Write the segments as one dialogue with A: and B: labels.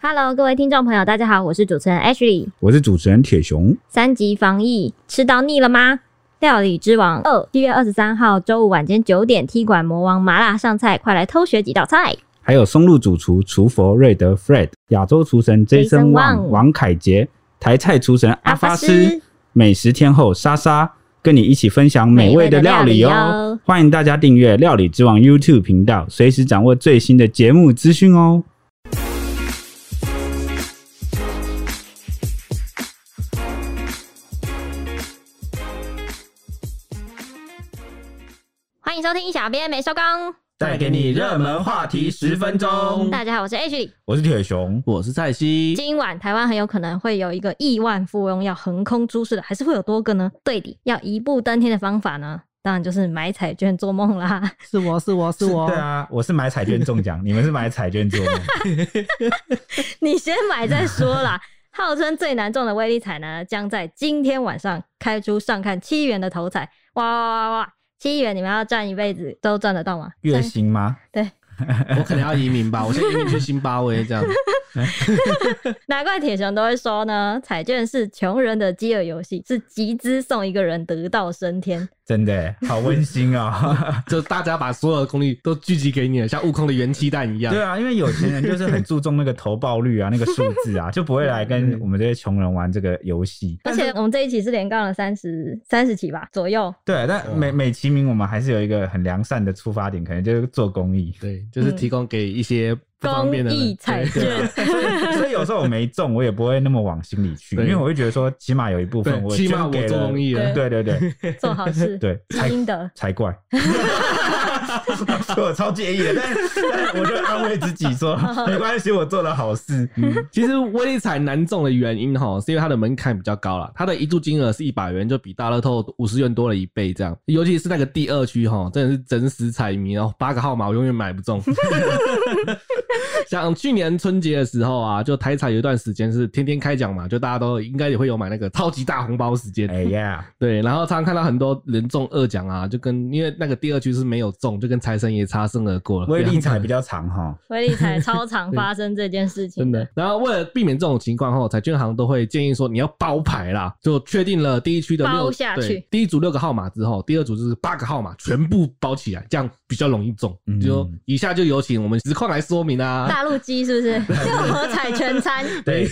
A: Hello，各位听众朋友，大家好，我是主持人 Ashley。
B: 我是主持人铁熊，
A: 三级防疫吃到腻了吗？料理之王二，七月二十三号周五晚间九点，踢馆魔王麻辣上菜，快来偷学几道菜。
B: 还有松露主厨厨佛瑞德 Fred、亚洲厨神
A: Jason
B: Jason
A: Wang
B: Wang、王凯杰、台菜厨神阿发斯、，美食天后莎莎，跟你一起分享美味的料理
A: 美味的料理哦
B: 哦！欢迎大家订阅《料理之王》YouTube 频道，随时掌握最新的节目资讯哦。
A: 欢迎收听小编没收工。
B: 带给你热门话题10分钟
A: 大家好，我是 H 李。
B: 我是铁熊，
C: 我是蔡西，
A: 今晚台湾很有可能会有一个亿万富翁要横空出世的，还是会有多个呢？对的，要一步登天的方法呢，当然就是买彩券做梦啦。
C: 是我是我是我，
B: 对啊，我是买彩券中 奖，你们是买彩券中 奖。
A: 你先买再说啦。号称最难中的威力彩呢，将在今天晚上开出上看七元的头彩，哇哇哇哇！七元你们要赚一辈子都赚得到吗？
B: 月
A: 赚
B: 薪吗？
C: 我可能要移民吧，我先移民去津巴 威这样。
A: 难怪铁熊都会说呢，彩券是穷人的饥饿游戏，是集资送一个人得道升天。
B: 真的耶好温馨哦！
C: 就大家把所有的功力都聚集给你了，像悟空的元气弹一样
B: 对。啊，因为有钱人就是很注重那个投报率啊，那个数字啊，就不会来跟我们这些穷人玩这个游戏。
A: 而且我们这一期是连杠了三十三十期吧左右，
B: 对，啊但
C: 嗯。
B: 美美其名，我们还是有一个很良善的出发点，可能就是做公益
C: 对，就是提供给一些不方
A: 公
C: 便的人
A: 益彩
C: 对
A: 券。
B: 所以有时候我没中，我也不会那么往心里去，因
C: 对
B: 为我会觉得说，起码有一部分
C: 对
B: 我
C: 起码
B: 捐
C: 我
B: 给
C: 做
B: 了
C: 公益
A: 了
B: 对对对
A: 做好 事，
B: 对，才
A: 应得。
B: 才怪。我超介意的，但是但是我就安慰自己说，没关系，我做了好事。
C: 嗯其实威力彩难中的原因哈，是因为它的门槛比较高了，它的一注金额是一百元，就比大乐透五十元多了一倍这样。尤其是那个第二区哈，真的是真实彩迷，然后八个号码我永远买不 中。像去年春节的时候啊，就台彩有一段时间是天天开奖嘛，就大家都应该也会有买那个超级大红包时间。
B: 哎呀，
C: 对，然后常常看到很多人中二奖啊，就跟因为那个第二区是没有中，就跟财神爷擦身而过了。
B: 威力
C: 对
B: 彩比较长哈，
A: 威力彩超常发生这件事情，
C: 真的。 然后为了避免这种情况后，彩券行都会建议说你要包牌啦，就确定了第一区的
A: 包
C: 六
A: 下
C: 对
A: 去
C: 第一组六个号码之后，第二组就是八个号码全部包起来，这样比较容易中。
B: 嗯
C: 就以下就有请我们实况来说明啊。
A: 大陆鸡是不是？ 六合彩全餐，
B: 对，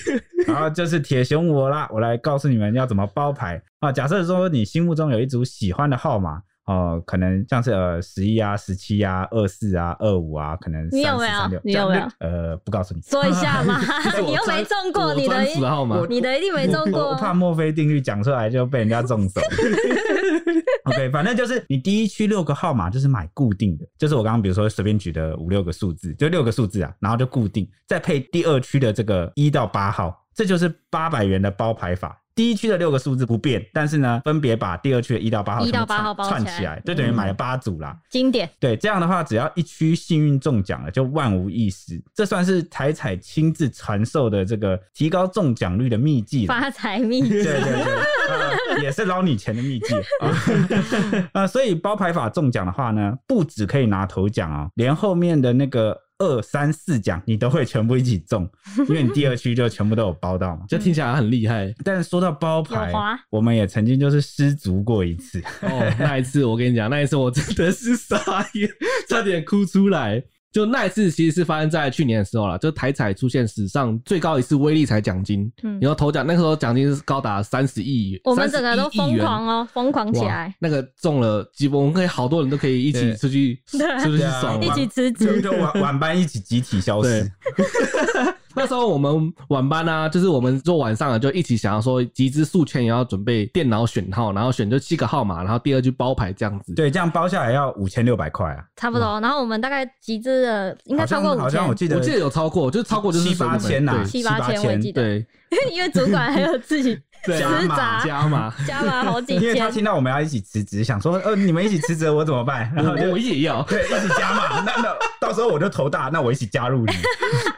B: 然后就是铁熊我啦，我来告诉你们要怎么包牌啊。假设说你心目中有一组喜欢的号码，哦、可能像是呃十一啊、十七啊、二四啊、二五啊，可能
A: 你有
B: 三
A: 没
B: 四三
A: 有
B: 六，
A: 你有没有
B: 这样那呃，不告诉你。
A: 说一下嘛，
C: 这是我
A: 你又没
C: 专
A: 中过，
C: 我
A: 你的
C: 专属的号码，
A: 你的一定没中
B: 我
A: 过
B: 啊我。怕墨菲定律讲出来就被人家中走。OK，反正就是你第一区六个号码就是买固定的，就是我刚刚比如说随便举的五六个数字，就六个数字啊，然后就固定，再配第二区的这个一到八号，这就是八百元的包牌法。第一区的六个数字不变，但是呢，分别把第二区的一到八号
A: 1到
B: 全部
A: 8号包
B: 串
A: 起来
B: 串起来，就等于买了八组啦。
A: 经典，
B: 对，这样的话，只要一区幸运中奖了，就万无一失。这算是台彩亲自传授的这个提高中奖率的秘技了。
A: 发财 秘籍，
B: 对对对，呃也是捞你钱的秘 籍啊。呃，所以包牌法中奖的话呢，不只可以拿头奖哦，连后面的那个二三四奖你都会全部一起 中，因为你第二区就全部都有包到嘛。
C: 就听起来很厉害
B: 但是说到包
A: 有
B: 牌
A: 花，
B: 我们也曾经就是失足过一次。
C: 哦。那一次我跟你讲，那一次我真的是傻眼，差点哭出来。就那一次其实是发生在去年的时候啦，就台彩出现史上最高一次威力彩奖金，
A: 嗯
C: 然，后头奖那个时候奖金是高达三十亿元，
A: 我们整个都
C: 31亿
A: 疯
C: 元
A: 狂哦，疯狂起
C: 哇
A: 来，
C: 那个中了几，我们可以好多人都可以一起
B: 对
C: 出去，
A: 对
C: 是不是去爽
B: 对啊
C: 玩？
B: 哇
A: 一起辞
B: 就
A: 职，
B: 就晚晚班一起集体消失
C: 对，那时候我们晚班啊，就是我们做晚上的，啊就一起想要说集资数千，也要准备电脑选号，然后选就七个号码，然后第二句包牌这样子。
B: 对，这样包下来要五千六百块啊，
A: 差不多。然后我们大概集资了，应该
B: 好
A: 超
B: 像
A: 过五
B: 好像我
A: 千，
B: 记得
C: 我记得有超过，就是超过就是
B: 七八千呐、啊
C: 呐、
A: 对
B: 七
A: 七八千我也记
C: 对，
A: 因为主管还有自己
C: 对
B: 加码
A: 啊
C: 加码，
A: 加码好几
B: 因为他
A: 千，
B: 听到我们要一起辞职，想说呃你们一起辞职 了我怎么办？ 然后就
C: 我也要。
B: 对一起加码，那那到时候我就头大，那我一起 加入你。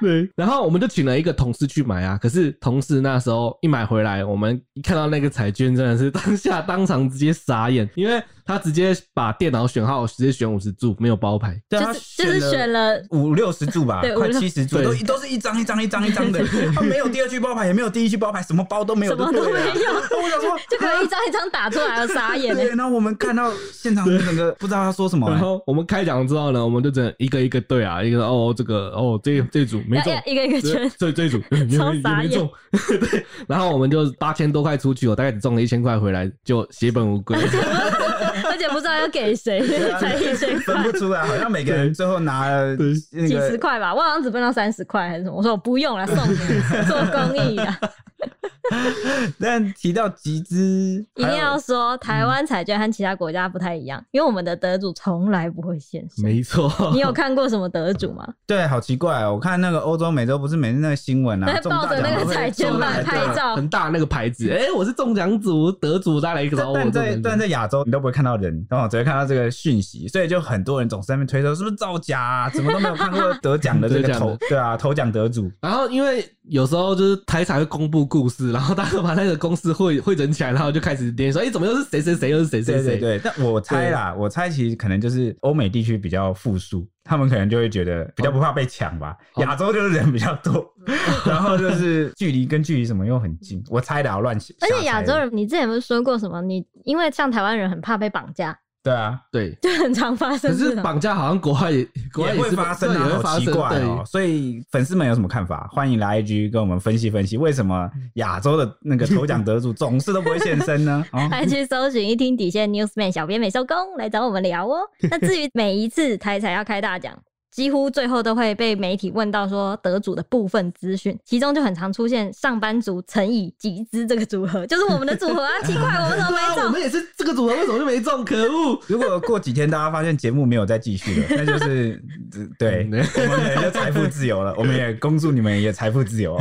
C: 对，然后我们就请了一个同事去买啊，可是同事那时候一买回来，我们一看到那个彩券，真的是当下当场直接傻眼， 因为他直接把电脑选号直接选五十注，没有包牌。
B: 对
A: 就
B: 啊，
A: 是就是选了
B: 五六十注吧，
A: 对
B: 快
A: 五六
B: 七十注，
C: 对
B: 都都是一张一张一张一张的，他没有第二区包牌，也没有第一区包牌，什么包都没有，
A: 什么都
B: 对了
A: 没有
B: 我想说，
A: 就可以一张一张打出来，我傻眼欸了
B: 对，。然后我们看到现场整个不知道他说什么
C: 然
A: 哦
B: 欸，
C: 后我们开奖之后呢，我们就整一个一个对啊，一个哦这个哦这这组没
A: 要
C: 中
A: 要，哎一个一个
C: 这
A: 圈，
C: 这这一组 也
A: 超
C: 没也
A: 傻
C: 没
A: 眼
C: 中， 对，然后我们就八千多块出去，我大概只中了一千块回来，就血本无 归。
A: 而且不知道要给谁，
B: 啊
A: 才一千
B: 分
A: 块，
B: 不出来，好像每个人最后 拿了
C: 对
B: 那
A: 几十
B: 个。
A: 块吧，我好像只分到三十块还是什么。我说我不用了，送你做公益啊！
B: 但提到集资，
A: 一定
B: 还有
A: 要说，台湾彩券和其他国家不太一样，因为我们的得主从来不会现身。
C: 没错，
A: 你有看过什么得主 吗？
B: 对，好奇怪哦！我看那个欧洲、美洲不是每次那个新闻啊
A: 还，
B: 中大
A: 抱着
B: 奖
A: 那
B: 都
A: 个
B: 会
A: 彩券
B: 中大
A: 板
B: 奖
A: 拍照
C: 很大那个牌子，哎、我是中奖组得主，大家来找我。
B: 但
C: 哦这
B: 在
C: 种
B: 但在亚洲，你都不会看到人，然后只会看到这个讯息，所以就很多人总是在那边推说是不是造假啊，怎么都没有看过得奖的这
C: 得
B: 个
C: 奖的
B: 头，对啊，头奖得主。
C: 然后因为有时候就是台彩会公布故事，然后大家都把那个公式汇汇整起来，然后就开始连说，哎、怎么又是谁谁谁，又是谁谁
B: 对
C: 谁？
B: 对对，但我猜啦，我猜其实可能就是欧美地区比较富庶，他们可能就会觉得比较不怕被抢吧。
C: 哦
B: 亚洲就是人比较多，然后就是距离跟距离什么又很近，我猜的啊，我乱写。
A: 而
B: 瞎
A: 且
B: 猜
A: 亚
B: 的
A: 洲人，你之前不是说过什么？你因为像台湾人很怕被绑架，
B: 对啊，
C: 对
A: 就很常发生
C: 可
A: 这
C: 是
A: 种。
C: 绑架好像国外也国外
B: 也会
C: 是
B: 发生
C: 对
B: 啊，
C: 也会
B: 好
C: 发
B: 奇
C: 生。
B: 怪哦。所以粉丝们有什么看法？欢迎来 IG 跟我们分析分析，为什么亚洲的那个头奖得主总是都不会现身 呢？ 哦，
A: 还去搜寻一听底线 Newsman 小编美寿工来找我们 聊哦。那至于每一次台彩要开大奖，几乎最后都会被媒体问到说得主的部分资讯，其中就很常出现上班族乘以集资这个组合，就是我们的组合啊，七块我们怎么
C: 对
A: 没
C: 啊，我
A: 中？
C: 们也是这个组合，为什么就没中？可恶！
B: 如果过几天大家发现节目没有再继续了，那就是呃 对，我们可能就财富自由了。我们也恭祝你们也财富自 由哦，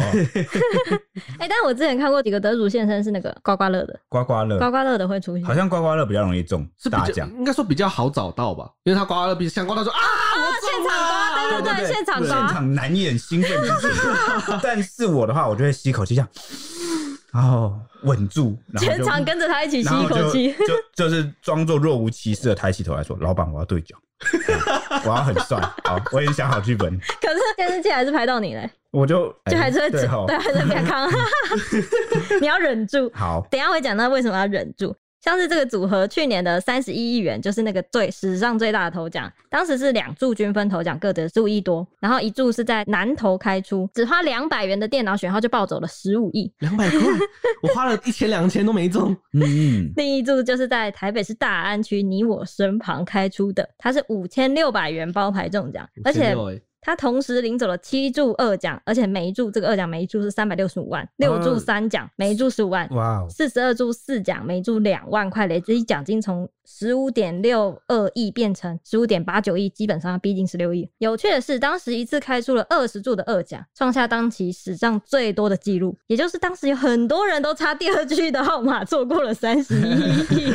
A: 哎、但我之前看过几个得主现身是那个刮刮乐的，
B: 刮刮乐
A: 刮。刮乐的会出现
B: 好。像刮刮乐比较容易中
C: 是比
B: 大
C: 较
B: 奖，
C: 应该说比较好找到吧，因为他刮刮乐比像刮到说啊，我中
A: 现场刮
C: 了啊
A: 对对对现场
B: 哦现
A: 刮
B: 场难掩兴奋之 情。但是我的话，我就会吸一口气，这样，然后稳住，然后
A: 全
B: 就
A: 场跟着他一起吸
B: 然后
A: 一口气，
B: 就就就是装作若无其事的抬起头来说：“老板，我要对角，嗯我要很帅。”好，我已经想好剧本，
A: 可是电视机还是拍到你嘞，
B: 我就
A: 就
B: 哎
A: 还是会
B: 对
A: 对，
B: 吼
A: 还是会变 康，你要忍住。
B: 好
A: 等一下会讲到为什么要忍住。像是这个组合去年的三十一亿元，就是那个最史上最大的头奖，当时是两注均分头奖，各得数亿多，然后一注是在南投开出，只花两百元的电脑选号就抱走了十五亿，
C: 两百块，我花了一千两千都没中，
B: 嗯嗯，
A: 另一注就是在台北市大安区你我身旁开出的，它是五千六百元包牌中奖，而且
C: 56哎
A: 他同时领走了七注二奖，而且每一注这个二奖每一注是三百六十五万，六注三奖，每一注十五万，
B: 哇哦，
A: 四十二注四奖，每注两万块，累积奖金从十五点六二亿变成十五点八九亿，基本上要逼近十六亿。有趣的是，当时一次开出了二十注的二奖，创下当期史上最多的记录，也就是当时有很多人都差第二句的号码错过了三十一 亿。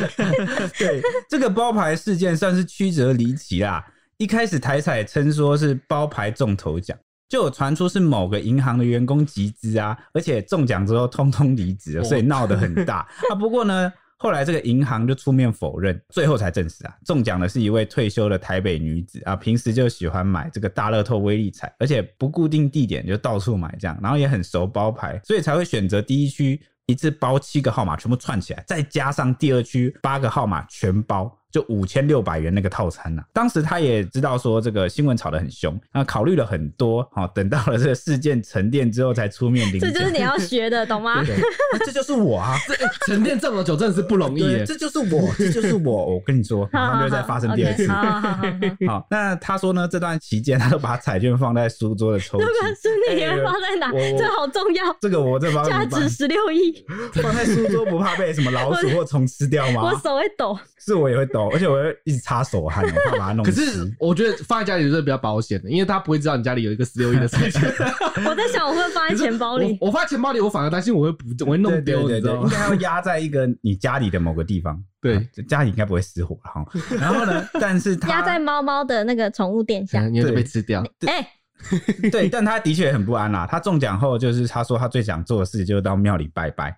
B: 对，这个包牌事件算是曲折离奇啦。一开始台彩称说是包牌中头奖，就有传出是某个银行的员工集资啊，而且中奖之后通通离职了，
C: 哦
B: 所以闹得很大 啊。不过呢。后来这个银行就出面否认，最后才证实啊，中奖的是一位退休的台北女子啊，平时就喜欢买这个大乐透威力彩，而且不固定地点就到处买这样，然后也很熟包牌，所以才会选择第一区一次包七个号码全部串起来，再加上第二区八个号码全包，就五千六百元那个套餐呐、啊当时他也知道说这个新闻炒得很凶，那考虑了很多，好、等到了这个事件沉淀之后才出面领
A: 这
B: 奖。
A: 就是你啊要学的，懂吗？
B: 对，那这就是我啊。
C: 这哎沉淀这么久真的是不容易
B: 对，
C: 耶。
B: 这就是 我，这就是我。我跟你说，马上就会再发生第二次。
A: 好好好好 好好
B: 好，那他说呢？这段期间，他都把彩券放在书桌 的抽屉。
A: 如果是你，你
B: 哎
A: 会放在哪？
B: 我我
A: 这好重要，
B: 这个我这方
A: 价
B: 面
A: 值十六亿，
B: 放在书桌不怕被什么老鼠或虫吃掉吗？
A: 我手会抖。
B: 是我也会抖抖，而且我会一直擦手汗，我 怕把它弄
C: 可
B: 湿。
C: 是我觉得放在家里是比较保险的，因为他不会知道你家里有一个十六亿的彩 券。
A: 我在想我会 放在钱包里，
C: 我我放在钱包里，我反而担心我会不我会弄
B: 对对
C: 丢，你
B: 对
C: 知
B: 对，
C: 道
B: 应
C: 吗？
B: 该要压在一个你家里的某个地方。
C: 对
B: 啊，家里应该不会失火了哈。然 后呢，但是它
A: 压在猫猫的那个宠物店下。
C: 想你会被
B: 嗯对
C: 吃掉。
A: 哎、
B: 对，但他的确很不安啦。他中奖后，就是他说他最想做的事就是到庙里拜 拜。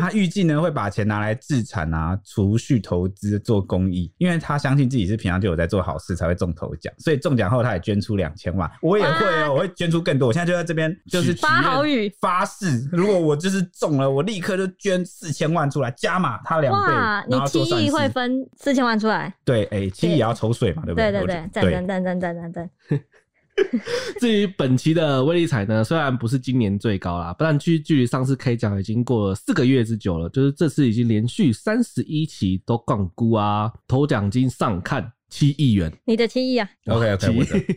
B: 他预计呢会把钱拿来自产啊、储蓄、投资、做公益，因为他相信自己是平常就有在做好事才会中头奖，所以中奖后他也捐出两千万。我也会哦、我会捐出更多。我现在就在这边就是
C: 许
A: 发好
B: 许愿
A: 语
B: 发誓，如果我就是中了，我立刻就捐四千万出来加码他两倍。
A: 哇，你
B: 然后
A: 七
B: 做善
A: 亿
B: 事
A: 会分四千万出来？
B: 对，哎、其实也要抽税嘛，对不
A: 对对
B: 对我觉
A: 对
B: 得，
A: 赞赞赞赞赞赞赞！
C: 至于本期的威力彩呢，虽然不是今年最高啦，但距距离上次开奖已经过了四个月之久了，就是这次已经连续三十一期都杠估啊，头奖金上看七亿元。
A: 你的七亿啊，
B: OK
C: 七
B: OK，我的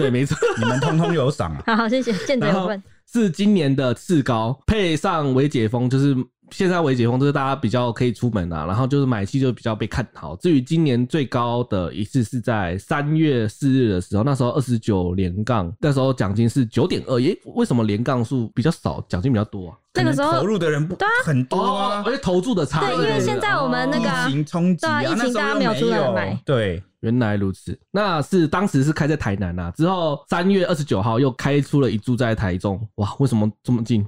C: 对，没错，
B: 你们通通有赏啊。
A: 好好谢 谢，见者
C: 然
A: 有
C: 后
A: 份。
C: 是今年的次高，配上微解封，就是现在微解封，就是大家比较可以出门啊，然后就是买气就比较被看好。至于今年最高的一次是在三月四日的时候，那时候二十九连杠，那时候奖金是九点二，耶，为什么连杠数比较少，奖金比较多啊？
A: 那个时
B: 可能
A: 候
B: 投，入的人不很多
C: 哦
B: 啊，，
C: 而且投注的差，
A: 对因为
C: 不
A: 现在我们那个啊
B: 疫情冲击
A: 对啊疫情
B: 那时候
A: 大家
B: 又
A: 没
B: 没
A: 有出来买
B: 对，
C: 原来如此，那是当时是开在台南啊，之后三月二十九号又开出了一注在台中，哇，为什么这么近？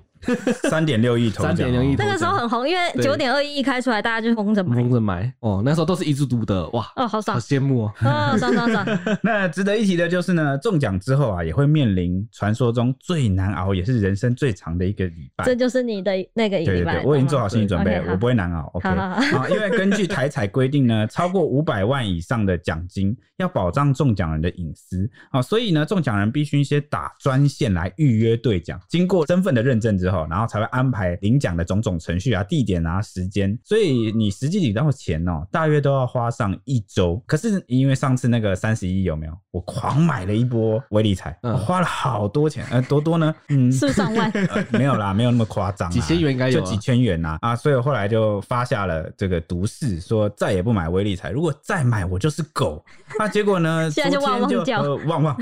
B: 三点六亿啊头奖，
C: 3.6亿头
A: 那个时候很红，因为
C: 对
A: 九点二亿开出来，大家就疯着买
C: 疯。着买哦，那时候都是一注独的，哇，
A: 哦，好
C: 好
A: 爽，
C: 羡慕哦。
A: 哦，爽爽 爽！
B: 那值得一提的就是呢，中奖之后啊，也会面临传说中最难熬，也是人生最长的一个礼拜。
A: 这就是你的那个礼
B: 对对
A: 拜，
B: 对，我已经做好
A: 懂
B: 心理准备
A: 对，
B: 我不会难熬。OK，
A: 好好好
B: 啊，因为根据台彩规定呢，超过五百万以上的奖金要保障中奖人的隐私啊，所以呢，中奖人必须先打专线来预约兑奖，经过身份的认证之后，然后才会安排领奖的种种程序啊、地点啊、时间。所以你实际领到钱哦，大约都要花上一周。可是因为上次那个三十一有没有，我狂买了一波微理财，
C: 嗯
B: 我花了好多钱，呃，多多呢，
A: 吗，
B: 嗯
A: 数上万，
B: 呃没有啦，没有那么夸张啦，
C: 几千
A: 哎
C: 元应该有啊
B: 就 几千元呐啊所以我后来就发下了这个毒誓，说再也不买威力彩，如果再买我就是 狗。那、结果呢，
A: 现在就
B: 昨天
A: 汪汪
B: 就
A: 叫
B: 呃 汪汪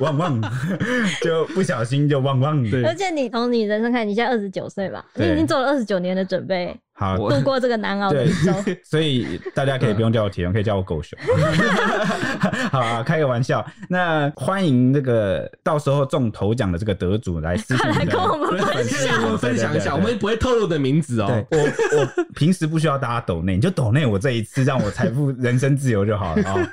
B: 汪汪， 就不小心就汪汪。
C: 对
A: 而且你从你人生看，你现在二十九岁吧，你
B: 对
A: 已经做了二十九年的准备，
B: 好，
C: 我
A: 度过这个难熬的
B: 对
A: 一周。，
B: 所以大家可以不用叫我铁熊，可以叫我狗熊。
A: 嗯
B: 好啊，开个玩笑。那欢迎那个到时候中头奖的这个得主来私信
A: 快来
B: 的
A: 跟我们分
B: 粉丝
A: 享
C: 我们分享一
B: 对对对
C: 下，
B: 对
C: 我们不会透露的名字哦
B: 对。我，我平时不需要大家抖内，你就抖内我这一次，让我财富人生自由就好了哦。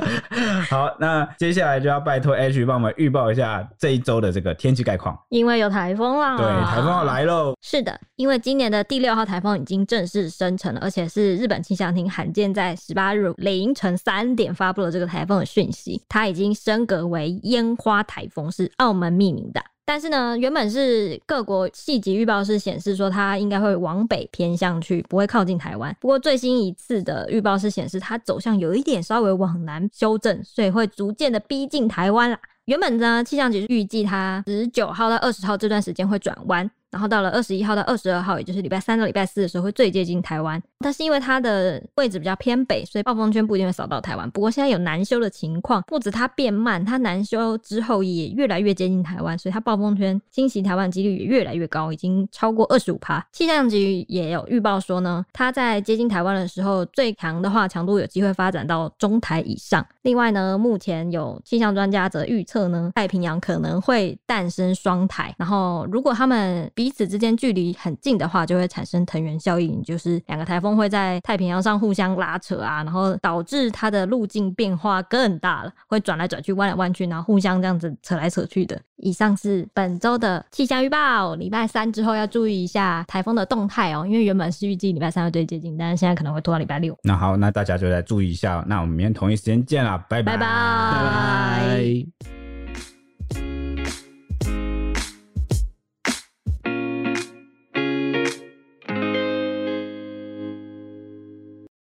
B: 好，那接下来就要拜托 H 帮我们预报一下这一周的这个天气概况。
A: 因为有台风啦，
B: 对，台风要。来喽。
A: 是的，因为今年的第六号台风已经正式生成了，而且是日本气象厅罕见在十八日凌晨三点发布了这个台风的讯息，它已经升格为烟花台风，是澳门命名的。但是呢，原本是各国细级预报是显示说它应该会往北偏向去，不会靠近台湾。不过最新一次的预报是显示它走向有一点稍微往南修正，所以会逐渐的逼近台湾啦。原本呢，气象局预计它十九号到二十号这段时间会转弯，然后到了二十一号到二十二号，也就是礼拜三到礼拜四的时候会最接近台湾。但是因为它的位置比较偏北，所以暴风圈不一定会扫到台湾。不过现在有南修的情况，不止它变慢，它南修之后也越来越接近台湾，所以它暴风圈侵袭台湾的几率也越来越高，已经超过二十五趴。气象局也有预报说呢，它在接近台湾的时候，最强的话强度有机会发展到中台以上。另外呢，目前有气象专家则预测呢，太平洋可能会诞生双台，然后如果它们彼此之间距离很近的话，就会产生藤原效应，就是两个台风会在太平洋上互相拉扯啊，然后导致它的路径变化更大了，会转来转去、弯来弯去，然后互相这样子扯来扯去的。以上是本周的气象预报，礼拜三之后要注意一下台风的动态哦，因为原本是预计礼拜三会最接近，但是现在可能会拖到礼拜六。
B: 那好，那大家就来注意一下。那我们明天同一时间见啦，拜
A: 拜拜
C: 拜。